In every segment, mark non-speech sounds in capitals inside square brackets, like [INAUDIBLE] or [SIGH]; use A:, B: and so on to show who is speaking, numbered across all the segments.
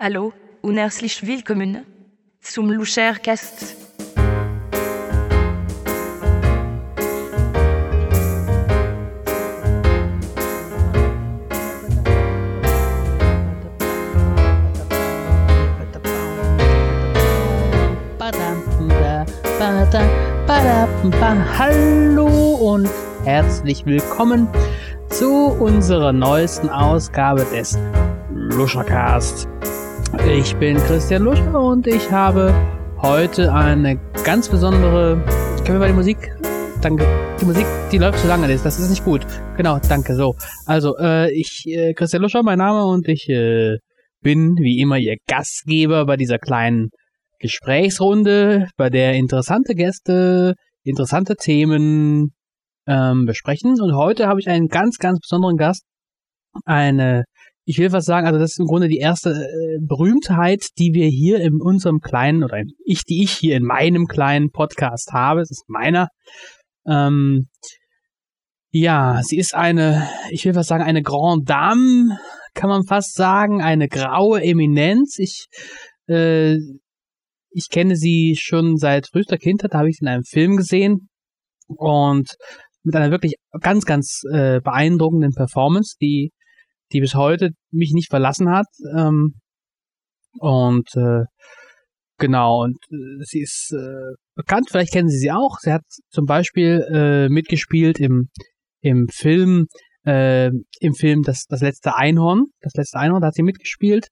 A: Hallo und herzlich willkommen zum Luchercast.
B: Hallo und herzlich willkommen zu unserer neuesten Ausgabe des Luschercast. Ich bin Christian Luscher und ich habe heute eine ganz besondere. Können wir mal die Musik? Danke. Die Musik, die läuft zu lange, das das ist nicht gut. Genau, danke. So, also äh, ich, äh, Christian Luscher, mein Name und ich äh, bin wie immer Ihr Gastgeber bei dieser kleinen Gesprächsrunde, bei der interessante Gäste interessante Themen ähm, besprechen. Und heute habe ich einen ganz, ganz besonderen Gast. Eine, ich will was sagen, also das ist im Grunde die erste äh, Berühmtheit, die wir hier in unserem kleinen, oder in, ich, die ich hier in meinem kleinen Podcast habe. Es ist meiner. Ähm, ja, sie ist eine, ich will was sagen, eine Grande Dame, kann man fast sagen, eine graue Eminenz. Ich äh, ich kenne sie schon seit frühester Kindheit, da habe ich sie in einem Film gesehen und mit einer wirklich ganz, ganz äh, beeindruckenden Performance, die, die bis heute mich nicht verlassen hat. Ähm, und äh, genau, und äh, sie ist äh, bekannt, vielleicht kennen Sie sie auch. Sie hat zum Beispiel äh, mitgespielt im, im Film, äh, im Film das, das letzte Einhorn. Das letzte Einhorn, da hat sie mitgespielt.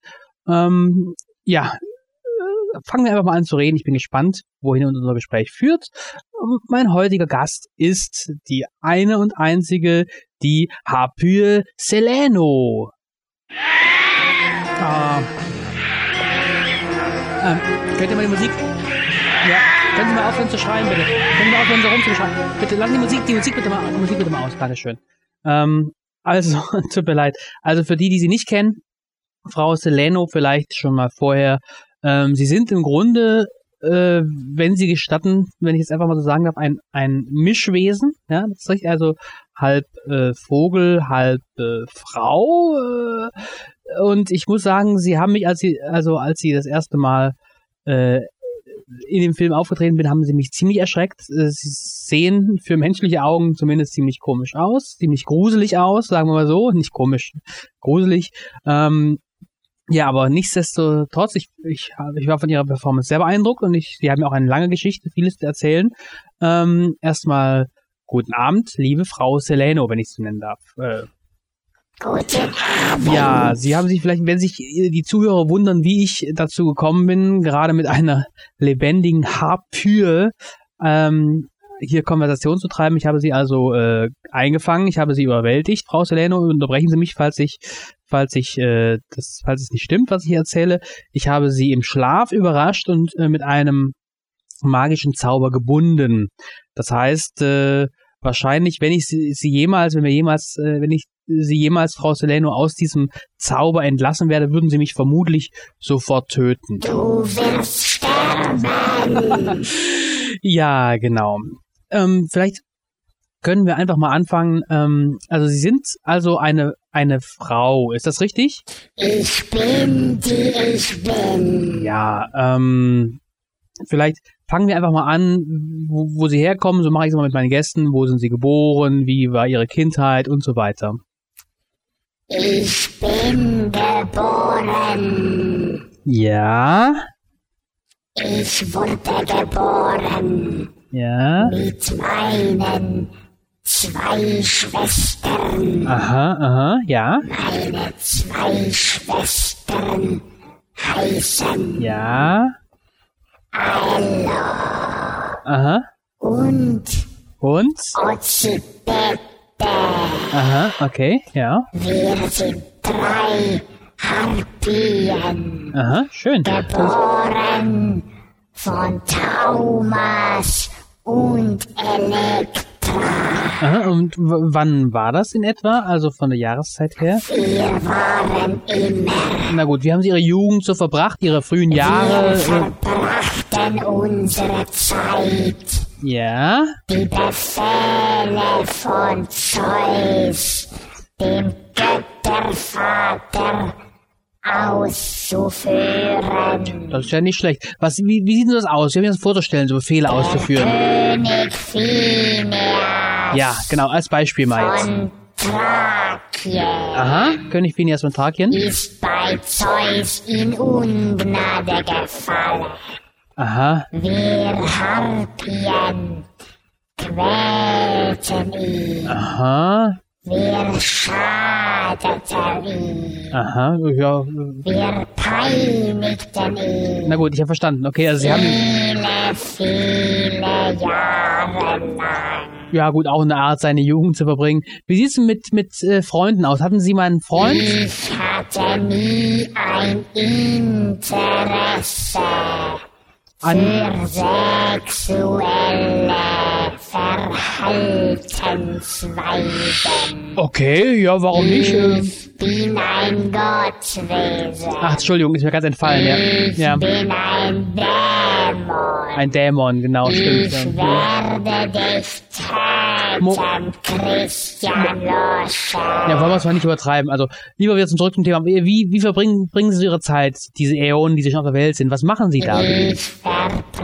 B: Ähm, ja, äh, fangen wir einfach mal an zu reden. Ich bin gespannt, wohin unser Gespräch führt. Ähm, Mein heutiger Gast ist die eine und einzige, die Harpyr Seleno. Ah. Ähm, könnt ihr mal die Musik? Ja, können Sie mal aufhören zu schreien, bitte. Können Sie mal aufhören, so rumzuschreien. Bitte lassen Sie die Musik, die Musik bitte mal, die Musik bitte mal aus. Dankeschön. Ähm, also, [LAUGHS] tut mir leid. Also für die, die Sie nicht kennen, Frau Seleno vielleicht schon mal vorher Ähm, sie sind im Grunde, äh, wenn Sie gestatten, wenn ich jetzt einfach mal so sagen darf, ein, ein Mischwesen. Ja, das ist richtig. Also halb äh, Vogel, halb äh, Frau. äh, und ich muss sagen, Sie haben mich, als Sie, also als Sie das erste Mal äh, in dem Film aufgetreten bin, haben Sie mich ziemlich erschreckt. Äh, sie sehen für menschliche Augen zumindest ziemlich komisch aus, ziemlich gruselig aus, sagen wir mal so. Nicht komisch, gruselig. Ähm, ja, aber nichtsdestotrotz, ich, ich, ich war von ihrer Performance sehr beeindruckt und ich, sie haben mir auch eine lange Geschichte, vieles zu erzählen. Ähm, erstmal guten Abend, liebe Frau Seleno, wenn ich es so nennen darf. Äh,
C: Guten Abend.
B: ja, Sie haben sich vielleicht, wenn sich die Zuhörer wundern, wie ich dazu gekommen bin, gerade mit einer lebendigen Harpyre ähm, hier Konversation zu treiben. Ich habe Sie also äh, eingefangen, ich habe Sie überwältigt, Frau Seleno. Unterbrechen Sie mich, falls ich falls ich äh, das, falls es nicht stimmt, was ich erzähle. Ich habe sie im Schlaf überrascht und äh, mit einem magischen Zauber gebunden. Das heißt, äh, wahrscheinlich, wenn ich sie, sie jemals, wenn wir jemals, äh, wenn ich sie jemals Frau Seleno aus diesem Zauber entlassen werde, würden sie mich vermutlich sofort töten.
C: Du wirst sterben.
B: Ja, genau. Ähm, vielleicht können wir einfach mal anfangen. Ähm, also Sie sind also eine, eine Frau, ist das richtig?
C: Ich bin die ich bin.
B: Ja, ähm, vielleicht fangen wir einfach mal an, wo, wo Sie herkommen, so mache ich es mal mit meinen Gästen, wo sind Sie geboren, wie war Ihre Kindheit und so weiter.
C: Ich bin geboren.
B: Ja,
C: Ich wurde geboren
B: ja,
C: mit meinen zwei Schwestern.
B: aha, aha, ja,
C: Meine zwei Schwestern heißen
B: ja,
C: Ella
B: aha,
C: und
B: und,
C: Ozibete.
B: aha, okay, ja,
C: Wir sind drei Harpien,
B: aha, schön.
C: geboren von Taumas und Elektra.
B: Aha, und w- wann war das in etwa, also von der Jahreszeit her?
C: Wir waren immer,
B: Na gut, wie haben Sie Ihre Jugend so verbracht, Ihre frühen Jahre?
C: wir
B: Äh,
C: verbrachten unsere Zeit,
B: Ja,
C: die Befehle von Zeus, dem Göttervater,
D: auszuführen.
B: Das ist ja nicht schlecht. Was, wie, wie sieht denn das aus? Ich habe mir das vorzustellen, so Befehle auszuführen.
D: König Phineas
B: Ja, genau, als Beispiel mal jetzt.
D: von Thrakien
B: Aha, König Phineas von Thrakien.
D: ist bei Zeus in Ungnade gefallen.
B: Aha,
D: Wir Harpien quälten ihn,
B: aha,
D: wir schadeten ihn,
B: aha, ja.
D: wir peinigten ihn.
B: Na gut, ich habe verstanden. Okay, also Sie haben,
D: Viele, viele Jahre lang.
B: ja gut, auch eine Art, seine Jugend zu verbringen. Wie sieht's denn mit, mit äh, Freunden aus? Hatten Sie mal einen Freund?
D: Ich hatte nie ein Interesse
B: An,
D: für sexuelle Verhaltensweisen.
B: okay, ja, warum nicht? Äh,
D: Ich bin ein Gottwesen.
B: ach, Entschuldigung, ist mir ganz entfallen,
D: Ich
B: ja. Ja,
D: bin ein Dämon.
B: ein Dämon, genau, stimmt.
D: Ich
B: Ja.
D: werde dich töten, Christian Loscher.
B: Ja, wollen wir es mal nicht übertreiben. Also, lieber wieder zum zurück zum Thema. Wie, wie verbringen bringen Sie Ihre Zeit, diese Äonen, die Sie schon auf der Welt sind? Was machen Sie da?
D: Ich verbrachte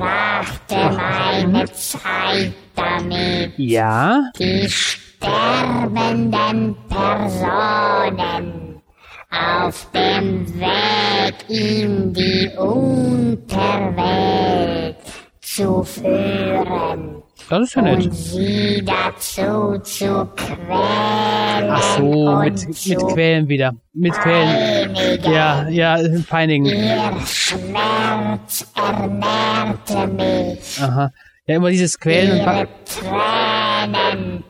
D: meine Zeit damit,
B: Ja,
D: die sterbenden Personen auf dem Weg in die Unterwelt zu führen
B: das ist ja nett.
D: und sie dazu zu quälen.
B: Ach so,
D: und
B: mit,
D: zu
B: mit Quellen wieder. Mit Quellen.
D: peinigen.
B: Ja, ja, peinigen.
D: Ihr Schmerz ernährte mich.
B: Aha. Ja, immer dieses Quellen und
D: Ihre
B: Ba-
D: Tränen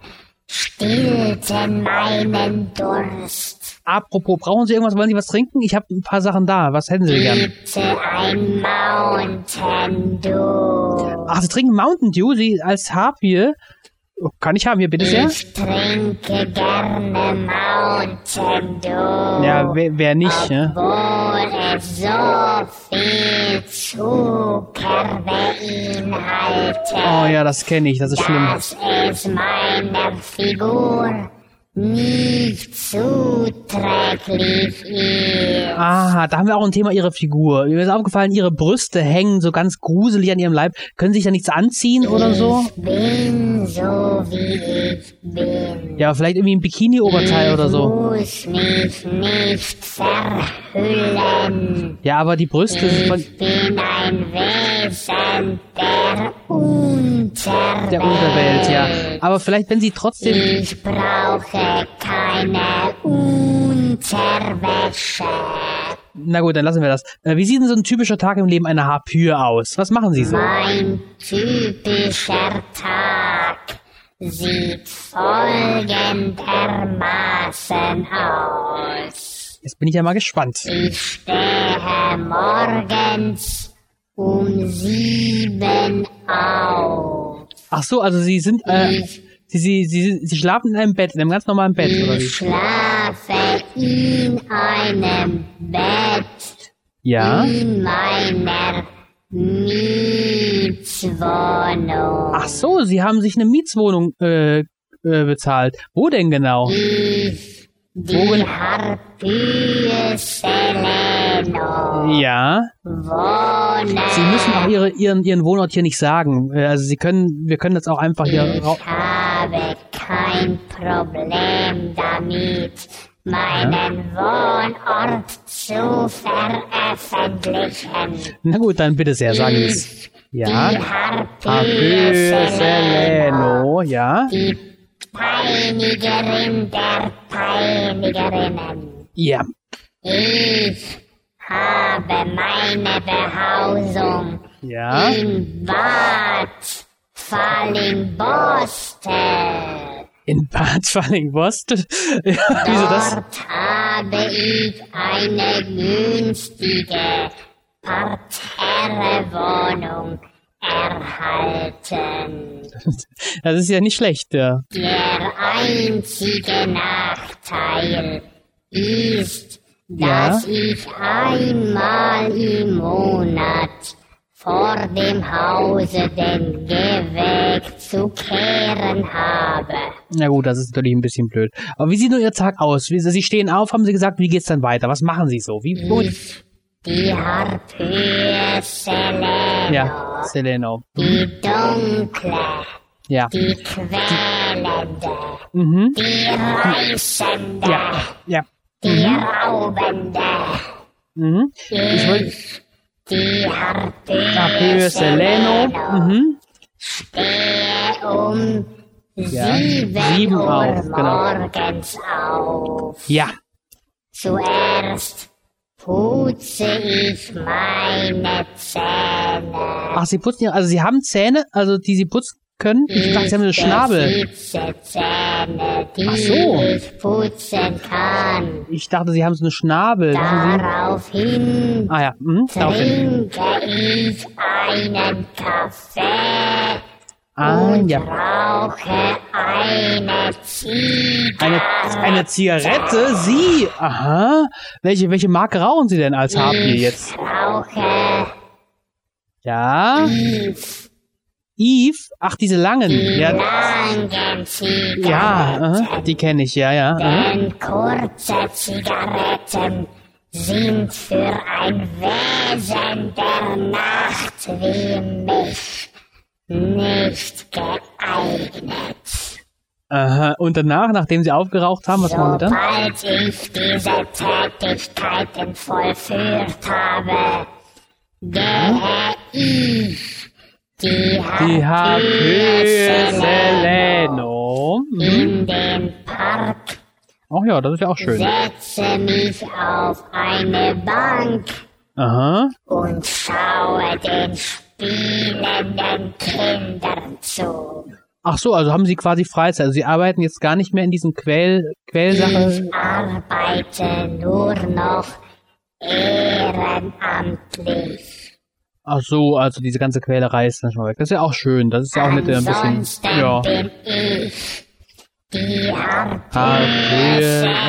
D: stillten meinen Durst.
B: Apropos, brauchen Sie irgendwas? Wollen Sie was trinken? Ich habe ein paar Sachen da. Was hätten Sie gern?
D: Bitte ein Mountain Dew.
B: Ach, Sie trinken Mountain Dew, Sie als Harpie. Oh, Kann ich haben hier, bitte sehr?
D: Ich trinke gerne Mountain Dew.
B: Ja, wer, wer nicht, ne?
D: Obwohl es so viel Zucker beinhaltet.
B: Oh ja, das kenne ich, das ist schlimm.
D: dass es meiner Figur nicht zuträglich ist.
B: Aha, Ah, da haben wir auch ein Thema Ihre Figur. Mir ist aufgefallen, Ihre Brüste hängen so ganz gruselig an Ihrem Leib. Können Sie sich da nichts anziehen oder so?
D: Ich bin so, wie ich bin.
B: Ja, vielleicht irgendwie ein Bikini-Oberteil oder so.
D: Muss mich nicht verhüllen.
B: Ja, aber die Brüste sind von
D: Ich bin ein Wesen der Unter.
B: der Unterwelt, ja. Aber vielleicht, wenn Sie trotzdem...
D: Ich brauche keine Unterwäsche.
B: Na gut, dann lassen wir das. Äh, Wie sieht denn so ein typischer Tag im Leben einer Harpyr aus? Was machen Sie so?
D: Mein typischer Tag sieht folgendermaßen aus.
B: Jetzt bin ich ja mal gespannt.
D: Ich stehe morgens um sieben auf.
B: Ach so, also Sie sind... Äh, Sie, Sie, Sie, Sie schlafen in einem Bett, in einem ganz normalen Bett, oder wie?
D: Ich schlafe in einem Bett
B: Ja.
D: in meiner Mietswohnung.
B: Ach so, Sie haben sich eine Mietswohnung äh, äh, bezahlt. Wo denn genau?
D: Die Harpie Seleno
B: Ja.
D: wohnen
B: Sie müssen auch ihre, ihren, ihren Wohnort hier nicht sagen. Äh, Also Sie können, wir können das auch einfach hier. rau-
D: habe kein Problem damit, meinen Wohnort zu veröffentlichen.
B: Na gut, dann bitte sehr, sagen Sie es.
D: Die
B: Ja.
D: Harpie Seleno,
B: Seleno, ja.
D: die Peinigerin der Peinigerinnen.
B: Ja.
D: Ich habe meine Behausung
B: Ja.
D: in Bad Fallingbostel.
B: In Bad Fallingbostel. [LAUGHS] Ja, wieso das?
D: Dort habe ich eine günstige Parterrewohnung erhalten.
B: Das ist ja nicht schlecht, ja.
D: Der einzige Nachteil ist,
B: Ja?
D: dass ich einmal im Monat vor dem Hause den Gehweg zu kehren habe.
B: Na gut, das ist natürlich ein bisschen blöd. Aber wie sieht nun Ihr Tag aus? Wie, Sie stehen auf, haben Sie gesagt, wie geht's dann weiter? Was machen Sie so? Wie, wo,
D: Ich, die Harpyie Selene,
B: ja, Seleno.
D: die dunkle,
B: Ja.
D: die quälende,
B: Mhm.
D: die reißende,
B: Ja. Ja.
D: die raubende.
B: Mhm. Ich wollte.
D: Die
B: Dafür
D: Harpyie
B: Seleno. Mhm.
D: stehe um
B: Ja.
D: sieben,
B: Sieben
D: Uhr
B: auf, genau.
D: morgens auf.
B: Ja.
D: Zuerst putze ich meine Zähne.
B: Ach, Sie putzen Ihre. Also Sie haben Zähne, also die Sie putzen können? Ich dachte, Sie haben einen Schnabel.
D: besitze Zähne, die
B: Ach so.
D: ich putzen kann.
B: Ich dachte, Sie haben so einen Schnabel. Wissen Sie?
D: Daraufhin
B: Ah ja. Mhm. Daraufhin.
D: trinke ich einen Kaffee
B: Ah,
D: und
B: ja.
D: rauche eine Zigarette.
B: Eine, eine Zigarette? Sie? Aha. Welche, welche Marke rauchen Sie denn als Harpy jetzt?
D: Ich rauche
B: Ja. Eve? Ach, diese langen. Ja,
D: lange Zigaretten.
B: ja aha, die kenne ich, ja, ja. aha.
D: Denn kurze Zigaretten sind für ein Wesen der Nacht wie mich nicht geeignet.
B: Aha. Und danach, nachdem Sie aufgeraucht haben, was machen Sie dann?
D: Sobald ich diese Tätigkeiten vollführt habe, gehe ich die
B: Die
D: Harpyie
B: Harpy
D: Seleno
B: Seleno. Mhm.
D: in den Park
B: Ach ja, das ist ja auch schön.
D: setze mich auf eine Bank
B: Aha.
D: und schaue den spielenden Kindern zu.
B: Ach so, also haben Sie quasi Freizeit. Also Sie arbeiten jetzt gar nicht mehr in diesen Quell, Quellsache.
D: Ich arbeite nur noch ehrenamtlich.
B: Ach so, also diese ganze Quälerei ist dann schon weg. Das ist ja auch schön. Das ist ja auch mit äh, ein bisschen.
D: Ansonsten
B: Ja.
D: bin ich die
B: Harpy, Ah,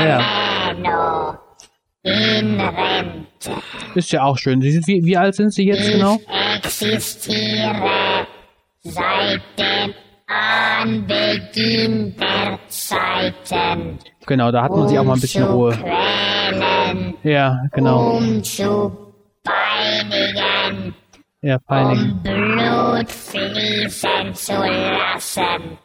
B: ja.
D: Arteno in Rente.
B: Ist ja auch schön. Sie sind, wie, wie alt sind Sie jetzt genau?
D: existiere seit dem Anbeginn der Zeiten,
B: Genau, da hat man sie auch mal ein bisschen
D: zu
B: Ruhe.
D: quälen,
B: Ja, genau.
D: um zu peinigen,
B: Ja, peinigen.
D: um Blut fließen um zu lassen,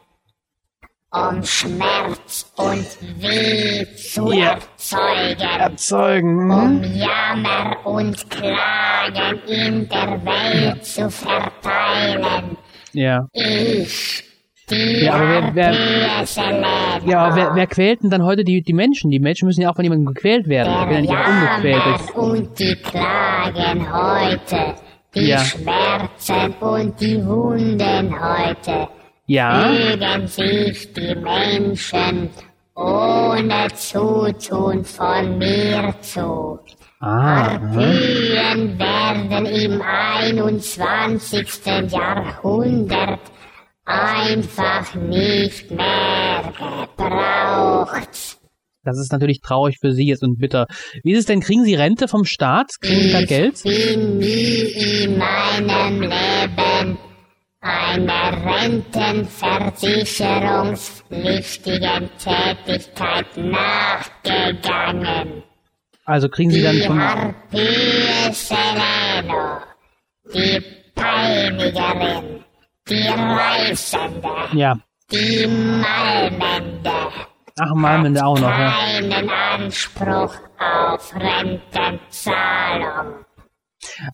D: um Schmerz und Weh zu
B: Ja.
D: erzeugen,
B: Erzeugen.
D: um Jammer und Klagen in der Welt zu verteilen.
B: Ja.
D: Ich, die
B: Ja, aber wer, wer,
D: Apfelselene,
B: ja, aber wer, wer quält denn dann heute die, die Menschen? Die Menschen müssen ja auch von jemandem gequält werden. Die
D: der
B: werden ja nicht ungequält.
D: Jammer und die Klagen heute, die
B: Ja.
D: Schmerzen und die Wunden heute,
B: Ja.
D: legen sich die Menschen ohne Zutun von mir zu.
B: Ah.
D: Harpyen werden im 21. Jahrhundert einfach nicht mehr gebraucht.
B: Das ist natürlich traurig für Sie jetzt und bitter. Wie ist es denn? Kriegen Sie Rente vom Staat? Kriegen Sie da Geld?
D: Bin nie in meinem Leben einer rentenversicherungspflichtigen Tätigkeit nachgegangen.
B: Also kriegen Sie dann
D: Die
B: vom.
D: Harpie Sereno, die Peinigerin, die Reißende,
B: Ja.
D: die Malmende,
B: Ach, Malmende auch noch, ja.
D: keinen Anspruch auf Rentenzahlung.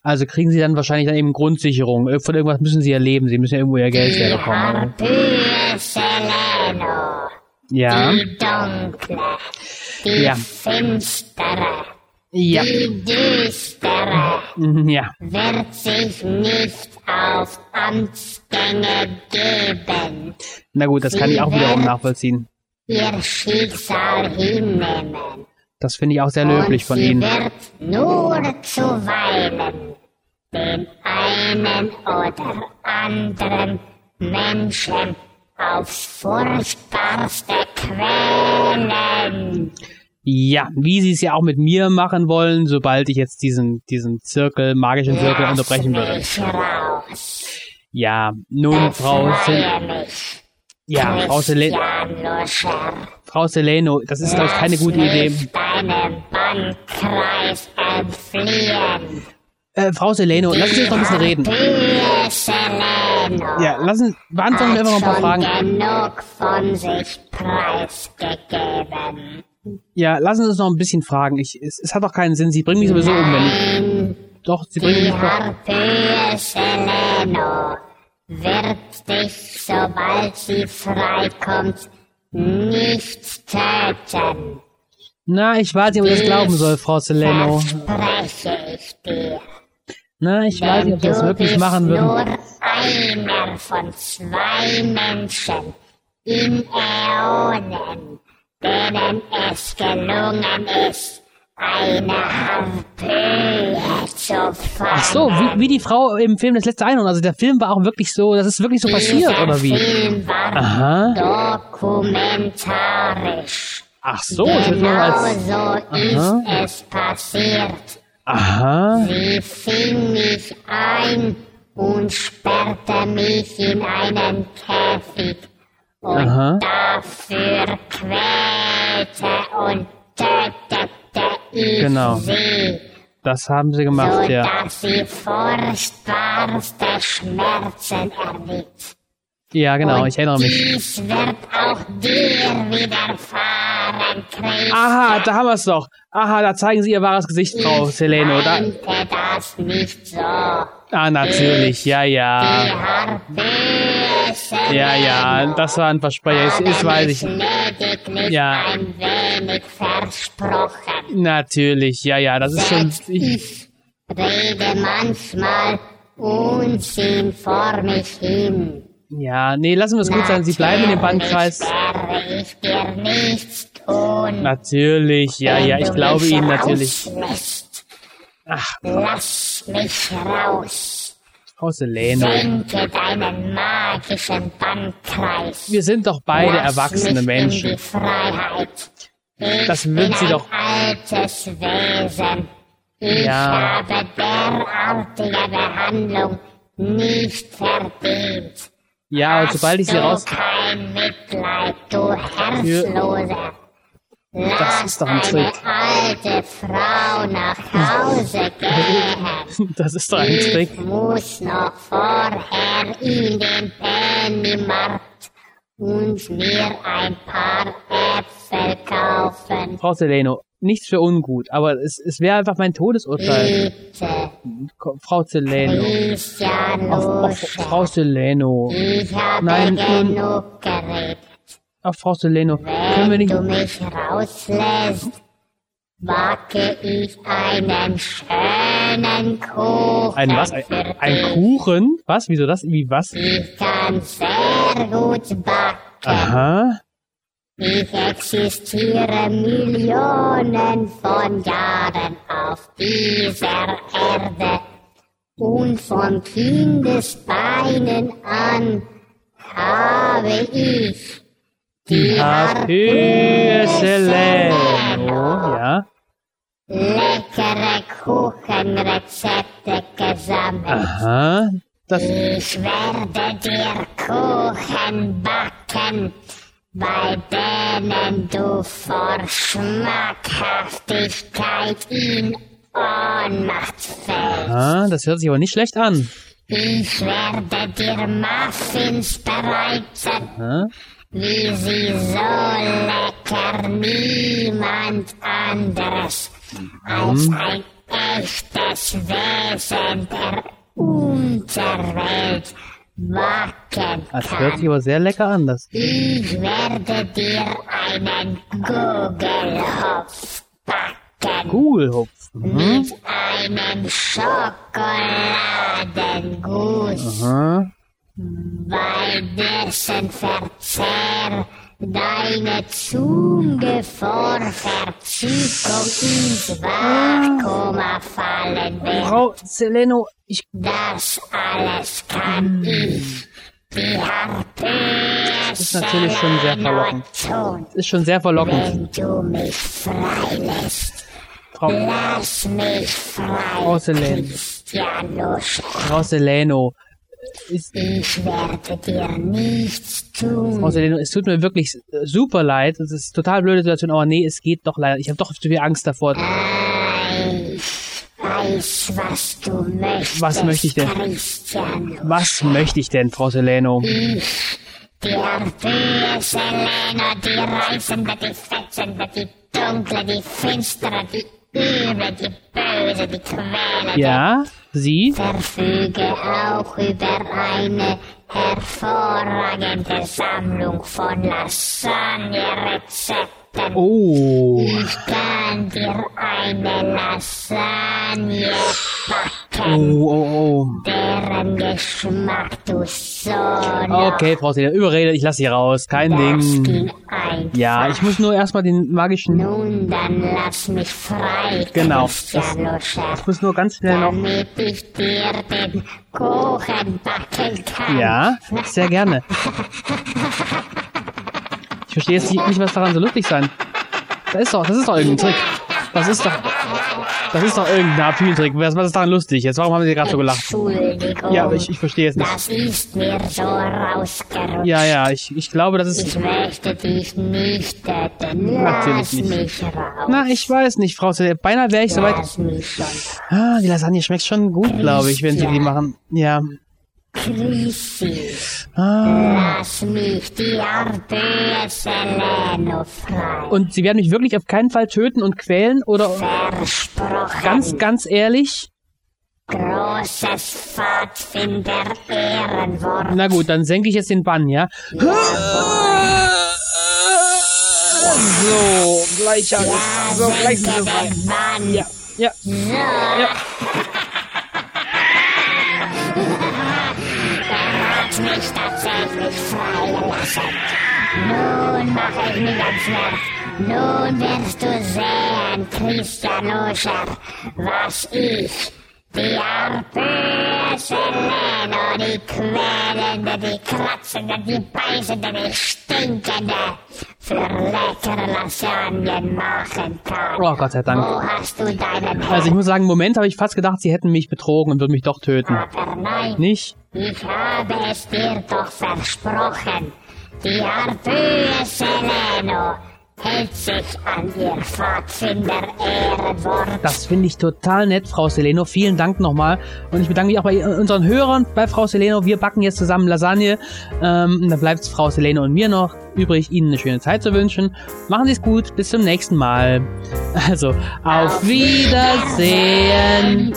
B: Also kriegen Sie dann wahrscheinlich dann eben Grundsicherung. Äh, Von irgendwas müssen Sie ja leben. Sie müssen ja irgendwo Ihr Geld
D: Die
B: herbekommen. ne?
D: Harpie Sereno,
B: Ja.
D: die Dunkle, die
B: Ja.
D: Finstere,
B: Ja.
D: die Düstere.
B: Mhm, [LAUGHS] Ja.
D: wird sich nicht auf Amtsgänge geben,
B: Na gut, das kann ich auch wiederum nachvollziehen.
D: ihr Schicksal hinnehmen.
B: Das finde ich auch sehr
D: Und
B: löblich von
D: sie
B: Ihnen.
D: wird nur zuweilen den einen oder anderen Menschen aufs furchtbarste quälen.
B: Ja, wie sie es ja auch mit mir machen wollen, sobald ich jetzt diesen, diesen Zirkel, magischen Zirkel unterbrechen würde.
D: Lass mich raus.
B: Ja, nun, Frau, Sel
D: Freue mich.
B: ja, Frau, Selen
D: Christian Luscher.
B: Frau Seleno, das ist, glaube ich, keine gute Idee.
D: Deinem Bannkreis entfliehen.
B: Äh, Frau Seleno, lass uns jetzt noch ein bisschen reden.
D: Bier Seleno.
B: Ja, lass uns, beantworten wir einfach noch ein paar Fragen.
D: Schon genug von sich preisgegeben.
B: Ja, lassen Sie uns noch ein bisschen fragen. Ich, es, es hat doch keinen Sinn. Sie bringen mich sowieso um, wenn ich. Doch, Sie bringen
D: Die
B: mich doch.
D: Harpyie Seleno wird dich, sobald sie freikommt, nicht töten.
B: Na, ich weiß nicht, ob ich das glauben soll, Frau Seleno.
D: Verspreche ich dir.
B: Na, ich weiß nicht, ob ich das
D: du
B: wirklich
D: bist
B: machen
D: nur
B: würden.
D: einer von zwei Menschen in Äonen, denen es gelungen ist, eine Harpyie zu fangen.
B: Ach so, wie, wie die Frau im Film das letzte Einhorn. Also der Film war auch wirklich so, das ist wirklich so passiert, oder wie?
D: Film war
B: Aha.
D: dokumentarisch.
B: Ach so, ich hätte nur
D: genau
B: als.
D: Genauso
B: Aha.
D: ist es passiert.
B: Aha.
D: Sie fing mich ein und sperrte mich in einen Käfig. Und
B: Aha.
D: dafür quälte und tötete ich
B: Genau.
D: sie,
B: Das haben sie gemacht, ja.
D: sodass sie furchtbarste Schmerzen erlitt.
B: Ja, genau, ich erinnere mich.
D: Dies wird auch dir widerfahren, Chris.
B: Aha, da haben wir es doch. Aha, da zeigen sie ihr wahres Gesicht, Frau Seleno. Da,
D: Meinte das nicht so. Die
B: ah, natürlich, ja, ja.
D: Harpyie Seleno
B: Ja, ja, das war ein Versprecher. Es ist, weiß ich.
D: lediglich
B: Ja.
D: ein wenig versprochen.
B: Natürlich, ja, ja, das ist schon. Ich,
D: Ich rede manchmal Unsinn vor mich hin.
B: ja, nee, lassen wir es gut sein. Sie bleiben in dem Bandkreis.
D: Werde ich dir nichts tun.
B: Natürlich, ja, ja, ich
D: Wenn du
B: glaube
D: mich
B: Ihnen natürlich.
D: rauslässt,
B: Ach,
D: Lass mich raus.
B: Frau Seleno.
D: Denke deinen magischen Bandkreis.
B: Wir sind doch beide
D: Lass
B: erwachsene
D: mich In
B: Menschen.
D: die Freiheit. Ich
B: Das würden Sie
D: bin
B: doch-
D: Ein altes Wesen. Ich
B: Ja.
D: habe derartige Behandlung nicht verdient.
B: Ja, und sobald ich sie
D: du
B: raus.
D: kein Mitleid, du Herzloser. Lass
B: Das ist doch ein
D: eine
B: Trick.
D: alte Frau nach Hause gehen.
B: Das ist doch ein Trick.
D: Ich muss noch vorher in den Pennymarkt und mir ein paar Äpfel kaufen.
B: Frau Seleno, nichts für ungut, aber es, es wäre einfach mein Todesurteil.
D: Bitte,
B: Ko- Frau Seleno.
D: Christian
B: Auf, auf,
D: Lusch,
B: Frau Seleno.
D: ich habe
B: Nein, nun-
D: genug geredet.
B: Auf Frau Seleno. Können wir
D: Wenn
B: nicht.
D: du mich rauslässt, wacke ich einen schönen Kuchen.
B: Ein was? Ein, ein Kuchen? Was? Wieso das? Wie was?
D: Ich kann sehr gut backen.
B: Aha.
D: Ich existiere Millionen von Jahren auf dieser Erde und von Kindesbeinen an habe ich
B: Die Harpyie Seleno. Oh, Ja.
D: leckere Kuchenrezepte gesammelt.
B: Aha. Das,
D: Ich werde dir Kuchen backen, bei denen du vor Schmackhaftigkeit in Ohnmacht fällst.
B: aha, das hört sich aber nicht schlecht an.
D: Ich werde dir Muffins bereiten,
B: Aha.
D: wie sie so lecker niemand anderes als ein echtes Wesen der Unterwelt backen
B: Das
D: kann.
B: hört sich aber sehr lecker an. Das,
D: Ich werde dir einen Google-Hopf backen.
B: Kugelhupf. Mhm.
D: Mit einem Schokoladenguss,
B: Aha.
D: bei dessen Verzehr deine Zunge vor Verzückung ins Wachkoma fallen wird.
B: Frau Seleno, ich. Hm.
D: Das alles kann ich. die Harpy
B: Ist natürlich schon sehr verlockend.
D: Zun,
B: Ist schon sehr verlockend.
D: wenn du mich freilässt.
B: Frau
D: Lass mich frei,
B: Roselen,
D: Christian Lusch.
B: Roseleno. Ist,
D: Ich werde dir nichts tun.
B: Roseleno, es tut mir wirklich äh, super leid. Es ist total blöde Situation, aber nee, es geht doch leider. Ich habe doch zu viel Angst davor.
D: Weiß, was du möchtest.
B: Was möchte ich denn?
D: Christian,
B: Was möchte ich denn, Frau Seleno?
D: die Arpie, Selena, die Reißende, die Fetzende, die Dunkle, die Finstere, die Üble, die Böse, die Quäle.
B: Ja, Sie?
D: Verfüge auch über eine hervorragende Sammlung von Lasagne-Rezepten.
B: Oh,
D: Ich kann dir eine Lasagne
B: oh,
D: backen,
B: oh,
D: deren Geschmack du so
B: oh.
D: okay.
B: Okay, Frau Seleno, überredet, ich lasse Sie raus. Kein Ding.
D: ging ein.
B: Ja, ich muss nur erstmal den magischen...
D: Nun, dann lass mich frei,
B: Genau,
D: Christian Luscher,
B: Ich muss nur ganz schnell noch...
D: damit ich dir den Kuchen backen kann.
B: Ja, sehr gerne. Ich verstehe jetzt nicht, nicht, was daran so lustig sein. Das ist doch, das ist doch irgendein Trick. Das ist doch, das ist doch irgendein Appeal-Trick. Was, was ist daran lustig? Jetzt, warum haben Sie gerade so gelacht?
D: Entschuldigung,
B: Ja, ich, ich verstehe jetzt nicht.
D: das ist mir so rausgerutscht.
B: Ja, ja, ich, ich glaube, das ist,
D: Ich möchte dich nicht töten.
B: Natürlich
D: Lass
B: nicht.
D: mich raus.
B: na, ich weiß nicht, Frau Zell, beinahe wäre ich soweit.
D: Lass mich schon.
B: Ah, die Lasagne schmeckt schon gut, glaube ich, wenn Sie die machen. Ja.
D: Chrissy,
B: Ah.
D: lass mich die Arpie Seleno frei.
B: Und Sie werden mich wirklich auf keinen Fall töten und quälen oder
D: Versprochen,
B: ganz, ganz ehrlich?
D: großes Pfadfinder Ehrenwort.
B: Na gut, dann senke ich jetzt den Bann, ja? So, gleich alles. So, gleich sind wir rein.
D: Mann,
B: Ja, ja.
D: hat mich tatsächlich freigelassen. Nun mache ich mich ans Werk. Nun wirst du sehen, Christian Uscher, was ich, die Arpee Selena, die Quälende, die Kratzende, die Beißende, die Stinkende, für leckere Lasagnen machen kann.
B: Oh Gott sei Dank.
D: Wo hast du deinen Herz?
B: Also ich muss sagen, im Moment habe ich fast gedacht, sie hätten mich betrogen und würden mich doch töten.
D: Aber nein,
B: Nicht?
D: ich habe es dir doch versprochen. Die Arpie Seleno hält sich an ihr Pfadfinder-Ehrenwort.
B: Das finde ich total nett, Frau Seleno. Vielen Dank nochmal. Und ich bedanke mich auch bei unseren Hörern, bei Frau Seleno. Wir backen jetzt zusammen Lasagne. Ähm, und dann bleibt es Frau Seleno und mir noch übrig, Ihnen eine schöne Zeit zu wünschen. Machen Sie es gut. Bis zum nächsten Mal. Also, auf Wiedersehen.